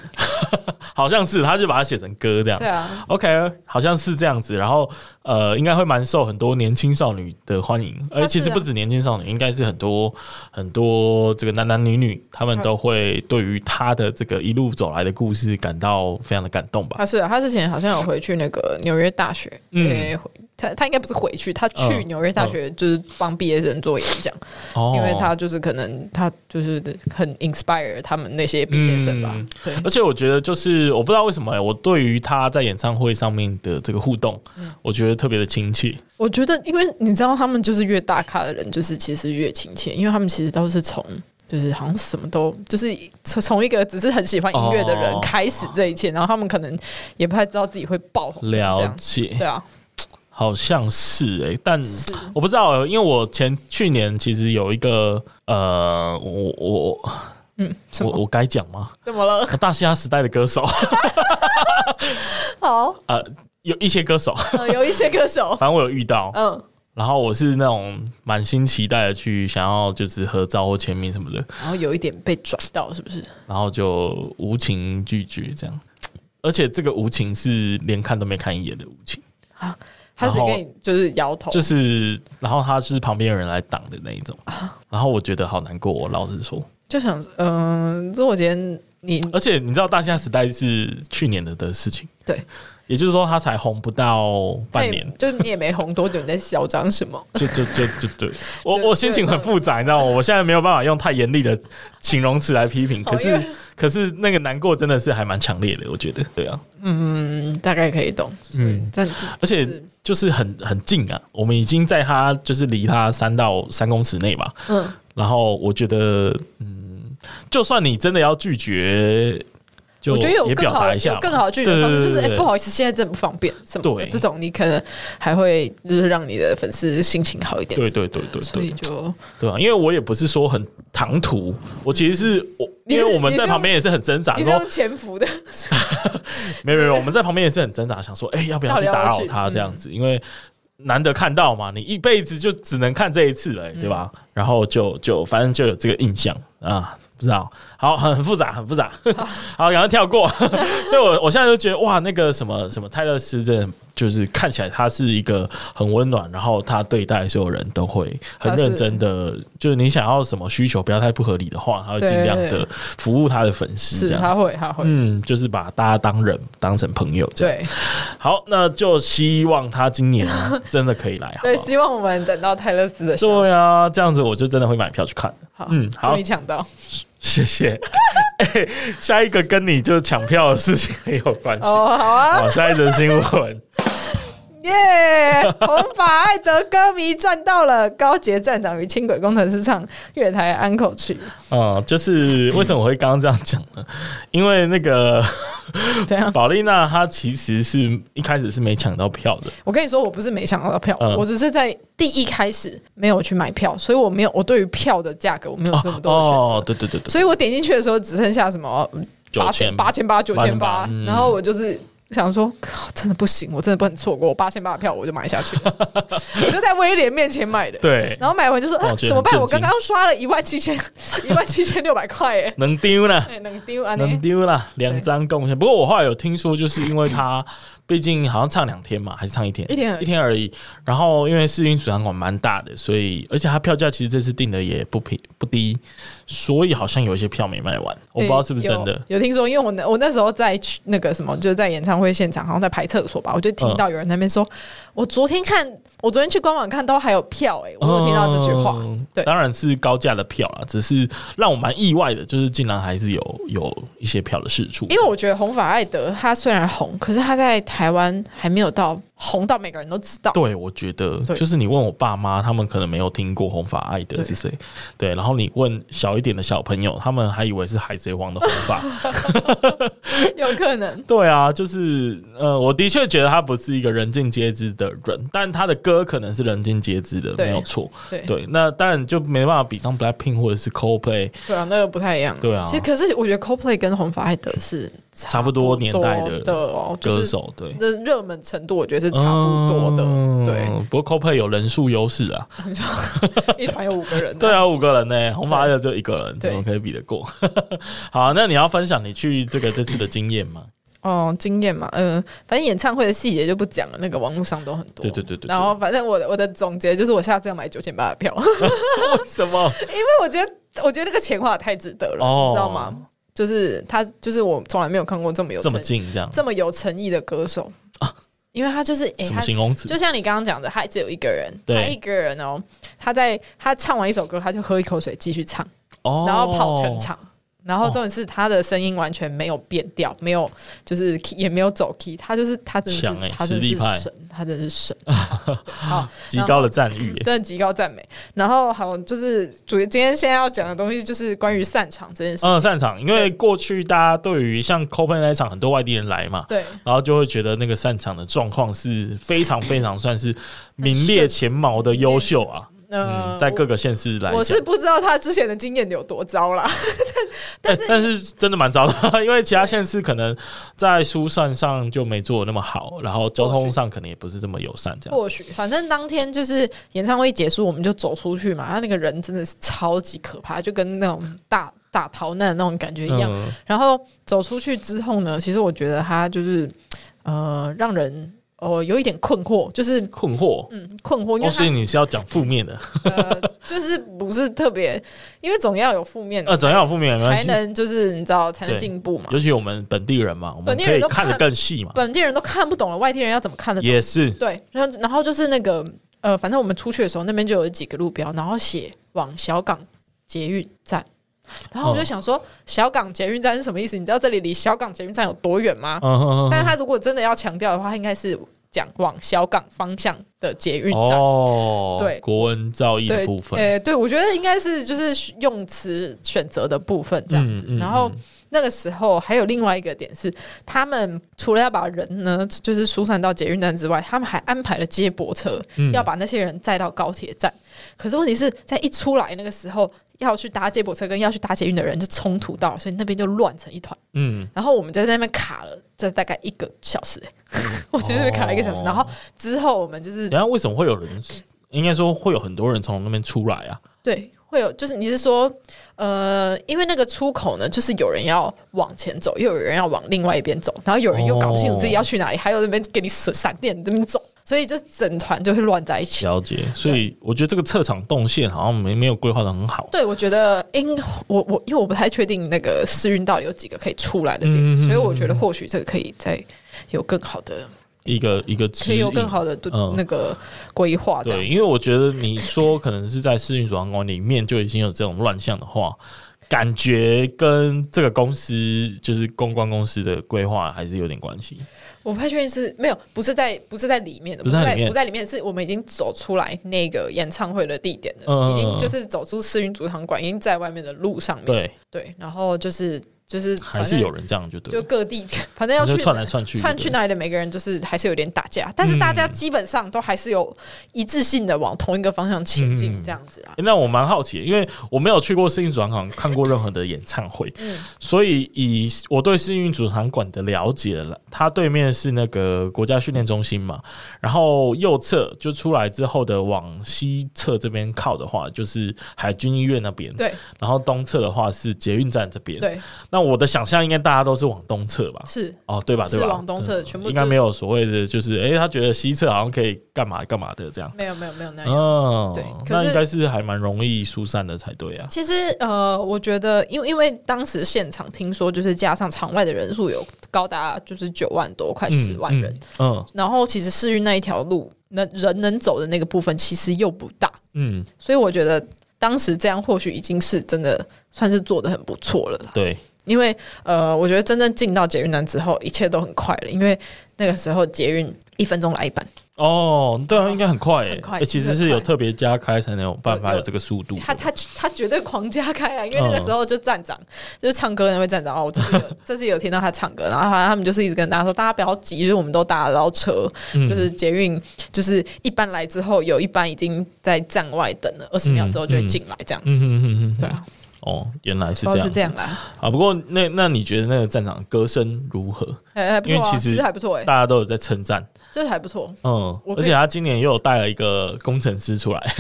好像是他就把它写成歌这样。
对啊，
OK，好像是这样子，然后呃，应该会蛮受很多年轻少女的欢迎，而
啊
其实
是啊
不止年轻少女，应该是很多很多这个男男女女，他们都会对于他的这个一路走来的故事感到非常的感动吧。
他是啊他之前好像有回去那个纽约大学，
嗯
嗯，回他他应该不是回去，他去
嗯
纽约大学就是帮毕业生做演讲，
哦，
啊因为他就是可能他就是很 inspire 他们那些毕业生吧
嗯。
对，
而且我觉得就是我不知道为什么、欸、我对于他在演唱会上面的这个互动，
嗯
我觉得特别的亲切。
我觉得因为你知道他们就是越大咖的人，就是其实越亲切，因为他们其实都是从。就是好像什么都，就是从从一个只是很喜欢音乐的人
哦
开始这一切，然后他们可能也不太知道自己会爆红，这
了
样
解，
对啊，
好像是哎、但我不知道、因为我前去年其实有一个呃，我我我
嗯，什
我
么
我该讲吗？
怎么了？
大西亚时代的歌手，
好，
呃，有一些歌手，
呃有一些歌手，
反正我有遇到，
嗯，
然后我是那种满心期待的去想要就是合照或签名什么的，
然后有一点被转到，是不是？
然后就无情拒绝这样，而且这个无情是连看都没看一眼的无情，
他只
然后
给你就是摇头，
就是然后他是旁边有人来挡的那一种，然后我觉得好难过，我老实说。
就想，嗯、如果今天你
而且你知道，大夏时代是去年的的事情，
对
也就是说他才红不到半年
他也，就是你也没红多久，你在嚣张什么？
就就就就对 我
就
我心情很复杂，你知道吗？我现在没有办法用太严厉的形容词来批评，
好
可
哦因
是
为
可是那个难过真的是还蛮强烈的，我觉得对啊，
嗯，大概可以懂，嗯
嗯，
但
而且
是
就是很很近啊，我们已经在他就是离他三到三公尺内吧，
嗯，
然后我觉得嗯，就算你真的要拒绝。就
我觉得有
也
更
表
好
达
的、
一下
有
嘛，
更好的拒绝方式，
对对对
就是哎、
对对
不好意思，现在真的不方便什么的。
对
这种你可能还会就是让你的粉丝心情好一点。
对对对对
所以
对
就
对啊！因为我也不是说很唐突，我其实是我，
你
因
是
为我们
你
在
是
旁边也是很挣扎，
你
说
这样潜
嗯
伏的，
没有没有，我们在旁边也是很挣扎，想说，哎、要不要去打扰他这样子？因为难得看到嘛，你一辈子就只能看这一次了、哎对吧？然后就就反正就有这个印象啊，不知道，好，很很复杂，很复 杂，好，赶快跳过。 所以我我现在就觉得，哇，那个什么什么泰勒斯，真的就是看起来他是一个很温暖，然后他对待所有人都会很认真的，就是你想要什么需求，不要太不合理的话，他会尽量
对
的服务他的粉丝，
是
这样子
他会他会、
嗯，就是把大家当人当成朋友这样。
对
好，那就希望他今年啊 真的可以来，好
对，
不
希望我们等到泰勒斯的消
好？对
息。
啊，这样子我就真的会买票去看的。
好，
嗯好
终于抢到
谢谢。 哎下一个跟你就抢票的事情很有关系。
哦，好啊，
好，下一则新闻，
耶！红发爱德歌迷赚到了，高捷站长与轻轨工程师唱月台安口曲，
嗯，就是为什么我会刚刚这样讲呢？因为那 个
这样。
宝丽娜她其实是一开始是没抢到票的，
我跟你说，我不是没抢到票，
嗯
我只是在第一开始没有去买票，所以我没有我对于票的价格我没有这么多的选择，
哦，对对对对，
所以我点进去的时候只剩下什么八千
9800
八千八九千
8800，
八
嗯
然后我就是。想说，靠，真的不行，我真的不能错过，我八千八的票我就买下去 了，我就在威廉面前买的，
对，
然后买完就说、
哇
啊
我觉得
怎么办？
很
我
震
刚
惊
刚刷了一万七千一万七千六百块耶，
能丢了。
哎，能丢啊
能
你？
丢啦，两张贡献。不过我后来有听说，就是因为他毕竟好像唱两天嘛，还是唱一天，
一天而已
一天而已。然后因为试运水管蛮大的，所以而且他票价其实这次定的也不便不低，所以好像有一些票没卖完，我不知道是不是真的。
有有听说，因为我那我那时候在去那个什么，就是在演唱会现场，好像在排厕所吧，我就听到有人在那边说，
嗯
我昨天看，我昨天去官网看都还有票、哎，我有听到这句话，
嗯
对
当然是高价的票啦，只是让我蛮意外的，就是竟然还是有有一些票的释出，
因为我觉得红发艾德他虽然红，可是他在台湾还没有到红到每个人都知道。
对，我觉得
对
就是你问我爸妈，他们可能没有听过红发艾德
对
是谁，对，然后你问小一点的小朋友，他们还以为是海贼王的红发，
有可能。
对啊，就是呃，我的确觉得他不是一个人尽皆知的人，但他的歌可能是人尽皆知的，
对
没有错，
对
对，那当然就没办法比上 Blackpink 或者是 Coldplay
对啊，那个不太一样。
对啊
其实可是我觉得 CoPlay 跟红发艾德是
差不多年代的
的哦，就
歌
是
手，对。
的热门程度，我觉得是差不多的。对，
嗯，不过 CoPlay 有人数优势啊，
一团有五个 人、
对，啊，五个人呢、红发艾德就一个人，
对
怎么可以比得过？ 好啊、那你要分享你去这个这次的经验吗？
哦，经验嘛，嗯、反正演唱会的细节就不讲了，那个网络上都很多。
对对对对对
然后反正我的我的总结就是，我下次要买九千八的票， 因
什么？
为我觉得我觉得那个钱花的太值得了，
哦
你知道吗？就是他，就是我从来没有看过这么有
这么
诚
近这样？
这么有诚意的歌手因为他就是哎、
什么
他
形容词
就？像你刚刚讲的，他只有一个人，
对
他一个人哦，他在他唱完一首歌，他就喝一口水继续唱，
哦
然后跑全。场。然后重点是他的声音完全没有变调，没有就是 key- 也没有走 key，他就是他真的
强
是、
欸
他真的
实力派
是神，他真的是 神，好，
极高的赞誉耶，
真的极高赞美。然后好，就是主今天现在要讲的东西就是关于散场这件事情，
嗯，散场，因为
对
过去大家对于像 Copen 那一场，很多外地人来嘛，
对
然后就会觉得那个散场的状况是非常非常算是名列前茅的优秀啊，
呃
嗯，在
我
各个县市来
我
讲
是，不知道他之前的经验有多糟啦，
但哎但是真的蛮糟的， 因为其他县市可能在疏散上就没做得那么好，然后交通上可能也不是这么友善，这样
或许，反正当天就是演唱会结束，我们就走出去嘛。他那个人真的是超级可怕，就跟那种大大逃难的那种感觉一样。
嗯
然后走出去之后呢，其实我觉得他就是呃，让人哦、呃有一点困惑，就是
困惑。
嗯困惑，因
哦，
为
所以
他、
你是要讲负面的，
呃就是不是特别，因为总要有负面的，
呃，怎样有负面也没关
嗯才
系，
能就是你知道才能
对
进步嘛。
尤其我们本地人嘛，我们
本地
可
人
以
都
看得
看
更细嘛，
本地人都看不懂了，外地人要怎么看得懂？
也是
对，然后然后就是那个呃，反正我们出去的时候，那边就有几个路标，然后写往小港捷运站。然后我就
嗯
想说，小港捷运站是什么意思？你知道这里离小港捷运站有多远吗？
嗯哼哼
但是他如果真的要强调的话，他应该是讲往小港方向的捷运站。
哦，
对
国文造诣
对
的部，分，
呃，对，我觉得应该是就是用词选择的部分这样子。
嗯嗯
然后
嗯
那个时候还有另外一个点是，他们除了要把人呢，就是疏散到捷运站之外，他们还安排了接驳车，
嗯
要把那些人载到高铁站。可是问题是在一出来那个时候，要去搭接驳车跟要去搭捷运的人就冲突到了，所以那边就乱成一团。
嗯，
然后我们在那边卡了，这大概一个小时、 我觉得被卡了一个小
嗯
时。
哦啊
然后之后我们就是
然后为什么会有人？应该说会有很多人从那边出来啊。
对，会有就是你是说，呃，因为那个出口呢，就是有人要往前走，又有人要往另外一边走，然后有人又搞不清楚自己要去哪里，还有那边给你闪闪电这边走，所以就是整团就会乱在一起。
了解，所以我觉得这个撤场动线好像没没有规划的很好。
对，我觉得因我我因为我不太确定那个试运到底有几个可以出来的点，
嗯嗯嗯嗯
所以我觉得或许这个可以再有更好的，
一个一个
可
指
以
引
有更好的对
嗯
那个规划啊这样
对，因为我觉得你说可能是在试运所航管里面就已经有这种乱象的话，感觉跟这个公司就是公关公司的规划还是有点关系。
我不太确定是没有，不是在不是在里面的，
不是在里面
不在里面，是我们已经走出来那个演唱会的地点了，
嗯嗯嗯
已经就是走出世运主场馆，已经在外面的路上面。
对，
对然后就是就是
还是有，人这样就
反正
对
就
了，
各地，反正要去
就串来串去，
串去
对嗯
哪里的每个人就是还是有点打架，但是大家基本上都还是有一致性的往同一个方向前进，
嗯
这样子啊。
欸那我蛮好奇的，因为我没有去过试运主场馆看过任何的演唱会，
嗯
所以以我对试运主场馆的了解了，它对面是那个国家训练中心嘛，然后右侧就出来之后的往西侧这边靠的话，就是海军医院那边，
对
然后东侧的话是捷运站这边，。
对，
那我的想象应该大家都是往东侧吧？
是
哦，对吧？
是
对吧？
往东侧
嗯
全部
应该
都
没有所谓的，就是诶，他觉得西侧好像可以干嘛干嘛的这样。
没有没有没有那样。
嗯，
哎对可
那
是
应该是还蛮容易疏散的才对啊。
其实呃，我觉得，因为因为当时现场听说，就是加上场外的人数有高达就是九万多，快
嗯
十万人。，
嗯
然后其实市运那一条路，能人能走的那个部分其实又不大，
嗯，嗯
所以我觉得当时这样或许已经是真的算是做的很不错了啦。
对，
因为呃，我觉得真正进到捷运站之后，一切都很快了，因为那个时候捷运一分钟来一班，
哦，对啊，应该很快诶，
很快
欸其实是有
很快
特别加开才能有办法
有
有这个速度的。
他他他绝对狂加开啊！因为那个
哦
时候就站长，就是唱歌的那位站长啊，我这次 有这次有听到他唱歌，然后好像他们就是一直跟大家说，大家不要急，就是我们都搭得到车，
嗯
就是捷运，就是一班来之后，有一班已经在站外等了，二十秒之后就会进来这样子。
嗯嗯嗯嗯，
对啊，
哦，原来是
都
这
是
样
这样啦，
啊。不过那那你觉得那个站长歌声如何？
还还不错
因为
啊，
其
其
实
实还不错哎、
大家都有在称赞，
就是还不错。
嗯
我，可
而
以
且他今年又有带了一个工程师出 来，。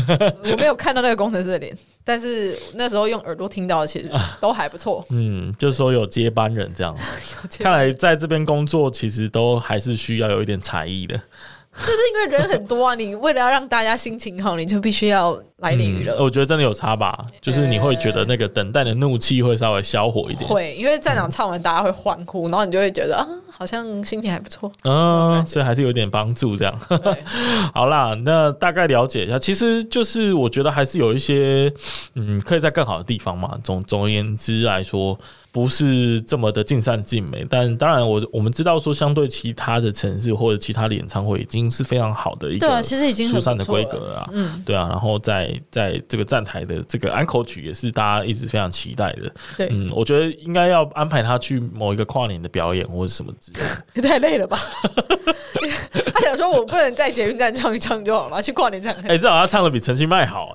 我没有看到那个工程师的脸，但是那时候用耳朵听到，其实都还不错
啊嗯，就是说有接班人 这样。看来在这边工作其实都还是需要有一点才艺的。
就是因为人很多啊，你为了要让大家心情好，你就必须要来点娱乐。
嗯我觉得真的有差吧，就是你会觉得那个等待的怒气会稍微消火一点。
会，因为站长唱完，大家会欢呼，然后你就会觉得啊，好像心情还不错。
嗯，所以还是有点帮助这样。
对，
好啦，那大概了解一下，其实就是我觉得还是有一些，嗯，可以在更好的地方嘛。总总而言之来说，不是这么的尽善尽美。但当然我，我们知道说，相对其他的城市或者其他的演唱会，已经是非常好的一个
对啊其实已经
疏
很不错
散
了
的规格了啊。嗯，对啊。然后在在这个站台的这个安口曲，也是大家一直非常期待的。
对
嗯，我觉得应该要安排他去某一个跨年的表演或者什么之类的。
也 太累了吧？ 他想说，我不能在捷运站唱一唱就好了，去跨年唱看
哎、。至少他唱的比陈其迈 好。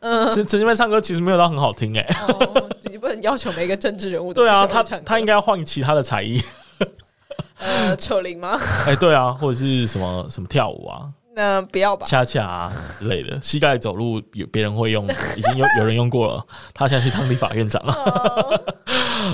嗯，陈陈其迈唱歌其实没有到很好听哎、
哦，你不能要求每一个政治人物都
对啊，
必须会
他
唱歌
他应该要换其他的才艺。
呃扯铃吗？
哎、对啊，或者是什么什么跳舞啊、
那不要吧。
恰恰啊之类的。膝盖走路有别人会用，已经有有人用过了。 他现在去当立法院长了。
哦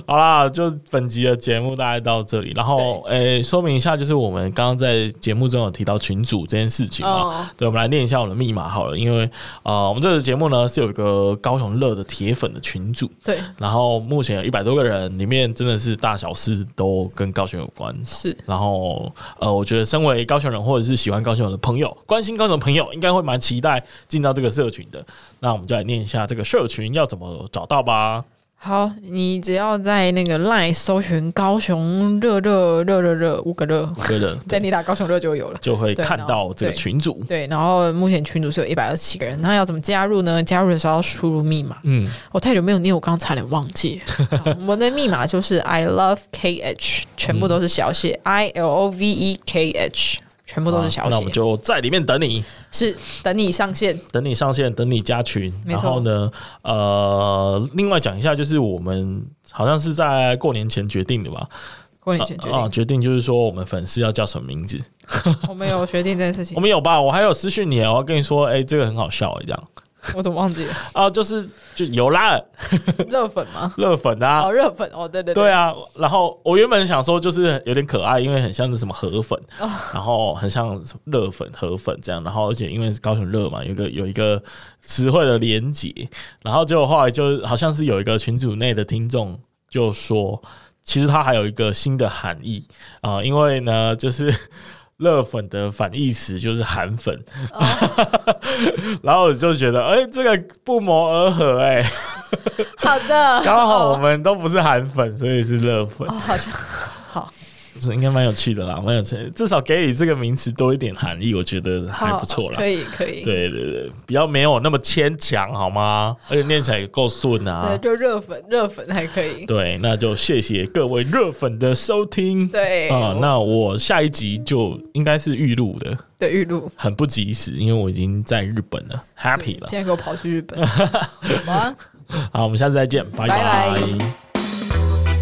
好啦，就本集的节目大概到这里。然后，哎、说明一下，就是我们刚刚在节目中有提到群主这件事情嘛。
哦
对，我们来念一下我们的密码好了，因为呃，我们这个节目呢是有一个高雄乐的铁粉的群主。
对，
然后目前有一百多个人，里面真的是大小事都跟高雄有关。
是
然后呃，我觉得身为高雄人或者是喜欢高雄的朋友，关心高雄的朋友，应该会蛮期待进到这个社群的。那我们就来念一下这个社群要怎么找到吧。
好，你只要在那个 LINE 搜寻高雄热热热热热五个热，
对的，
在你打高雄热就有了。
就会
对
看
然后
到这个
对
群组。
对，然后目前群组是有一百二十七个人，那要怎么加入呢？加入的时候要输入密码。
嗯，
我太久没有念，我刚刚差点忘记。 好我们的密码就是 I love K H，全部都是小写、I L O V E K H，全部都是小
嗯好
写。
那我们就在里面等你，
是等你上线，
等你上线，等你加群。
没
然
错
后呢，呃，另外讲一下，就是我们好像是在过年前决定的吧？
过年前决定。
啊，决定就是说我们粉丝要叫什么名字。
我们有决定这件事情
我，们有吧？我还有私讯你，我要跟你说，哎、这个很好笑、哎，这样
我怎么忘记了？
啊，就是就有啦，
热粉吗？
热粉啊
哦，，热粉哦，对对
对，啊。然后我原本想说，就是有点可爱，因为很像是什么河粉，
哦
然后很像热粉、河粉这样。然后而且因为是高雄热嘛，有一个有一个词汇的连结，然后结果后来就好像是有一个群组内的听众就说，其实它还有一个新的含义啊、因为呢，就是。热粉的反义词就是韩粉，
哦
然后我就觉得，哎、这个不谋而合、哎，
好的，
刚好我们都不是韩粉，所以是热粉
哦，，好像好
是应该蛮有趣的啦，蛮有趣的，至少给予这个名词多一点含义，我觉得还
好
不错啦
可。以可以，
对对对，比较没有那么牵强，好吗？而且念起来也够顺啊
对，。就热粉热粉还可以，
对，那就谢谢各位热粉的收听。
对
啊、
我
那我下一集就应该是预录的，
对玉露，
很不及时，因为我已经在日本了，happy 了
现。在给我跑去日 本，好啊。
好，我们下次再见，
拜
拜
拜
拜